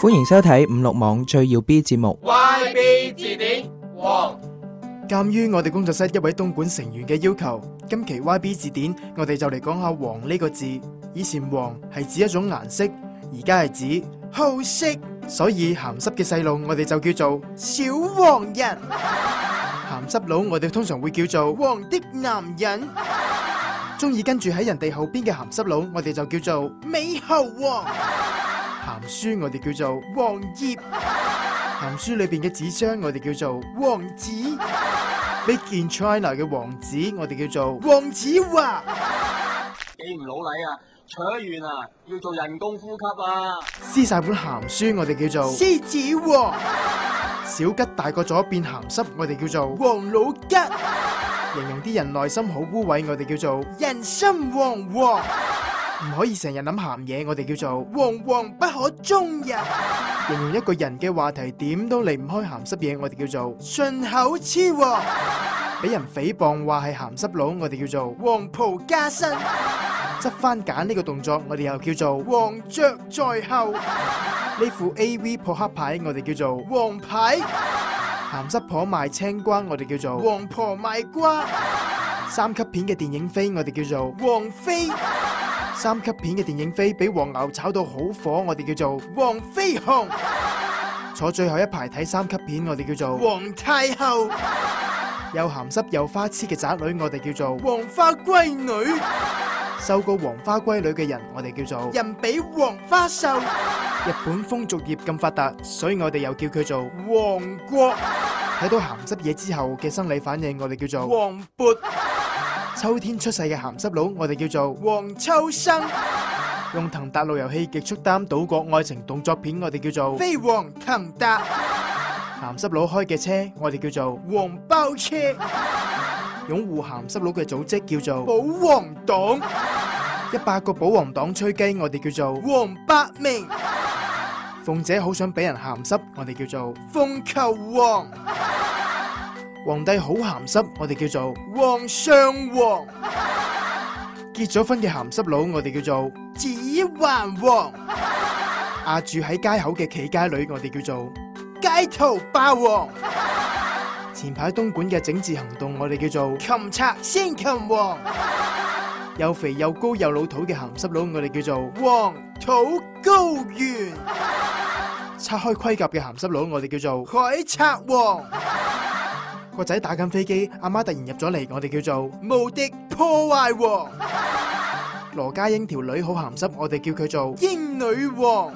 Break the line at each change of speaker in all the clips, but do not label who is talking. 歡迎收睇五六網最耀 B 節目。
YB 字典王
鉴於我哋工作室一位東莞成員嘅要求，今期 YB 字典我哋就嚟講下黃呢個字。以前黃係指一種顏色，而家係指好色，所以鹹濕嘅細路我哋就叫做小黃人，鹹濕佬我哋通常會叫做黃的男人，中意跟住喺人哋後邊嘅鹹濕佬我哋就叫做美猴王，鹹書我哋叫做黃葉。鹹書裏邊嘅紙張我哋叫做王子，Make in China 嘅王子我哋叫做黃子華。
幾唔老禮啊！扯完啊，要做人工呼吸啊！
撕晒本鹹書我哋叫做獅子王。小吉大個咗變鹹濕，我哋叫做王老吉。形容啲人內心好污穢，我哋叫做人心惶惶。唔可以成日諗鹹嘢，我哋叫做惶惶不可終日。形容一個人嘅話題點都離唔開鹹濕嘢，我哋叫做順口雌黃。俾人誹謗話係鹹濕佬，我哋叫做黃袍加身。執番揀呢個動作，我哋又叫做黃雀在後。呢副 A.V. 撲克牌，我哋叫做黃牌。鹹濕婆賣青瓜，我哋叫做黃婆賣瓜。三級片嘅電影飛，我哋叫做黃飛。三級片嘅電影飛俾黃牛炒到好火，我哋叫做黃飛鴻。坐最後一排睇三級片，我哋叫做黃太后。有鹹濕有花痴嘅宅女，我哋叫做黃花閨女。瘦過黃花閨女嘅人，我哋叫做人比黃花瘦。日本風俗業咁發達，所以我哋又叫佢做黃國。睇到鹹濕嘢之後嘅生理反應，我哋叫做黃勃。秋天出世嘅鹹濕佬，我哋叫做黃秋生。用騰達路由器極速擔島國愛情動作片，我哋叫做飛黃騰達。鹹濕佬開嘅車，我哋叫做黃包車。擁護鹹濕佬嘅組織叫做保皇黨。一百個保皇黨吹雞，我哋叫做黃百鳴。鳳姐好想俾人鹹濕，我哋叫做鳳求凰。皇帝好鹹濕，我哋叫做皇上皇。結咗婚嘅鹹濕佬，我哋叫做指環王。阿住喺街口嘅企街女，我哋叫做街頭霸王。前排東莞嘅整治行動，我哋叫做擒賊先擒王。又肥又高又老土嘅鹹濕佬，我哋叫做黃土高原。拆開盔甲嘅鹹濕佬，我哋叫做海賊王。個仔打緊飛機，阿媽突然入咗嚟，我哋叫做無敵破壞王。羅家英條女好鹹濕，我哋叫佢做英女王。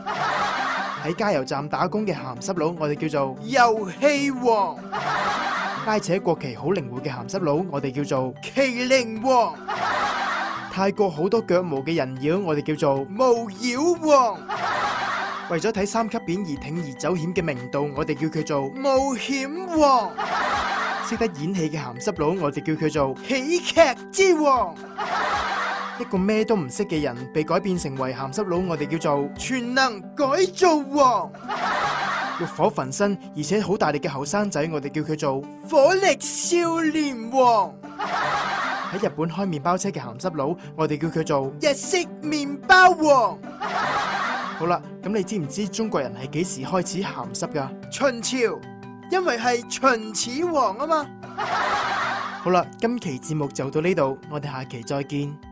喺加油站打工嘅鹹濕佬，我哋叫做遊戲王。拉扯國旗好靈活嘅鹹濕佬，我哋叫做麒麟王。泰國好多腳毛嘅人妖，我哋叫做無妖王。為咗睇三級片而鋌而走險嘅明道，我哋叫佢做冒險王。識得演戲嘅鹹濕佬，我哋叫佢做喜劇之王。一個咩都唔識嘅人被改變成為鹹濕佬，我哋叫做全能改造王。欲火焚身而且好大力嘅後生仔，我哋叫佢做火力少年王。喺日本開麵包車嘅鹹濕佬，我哋叫佢做日式麵包王。好啦，咁你知唔知中國人係幾時開始鹹濕噶？秦朝，因為係秦始皇啊嘛。好啦，今期節目就到呢度，我哋下期再見。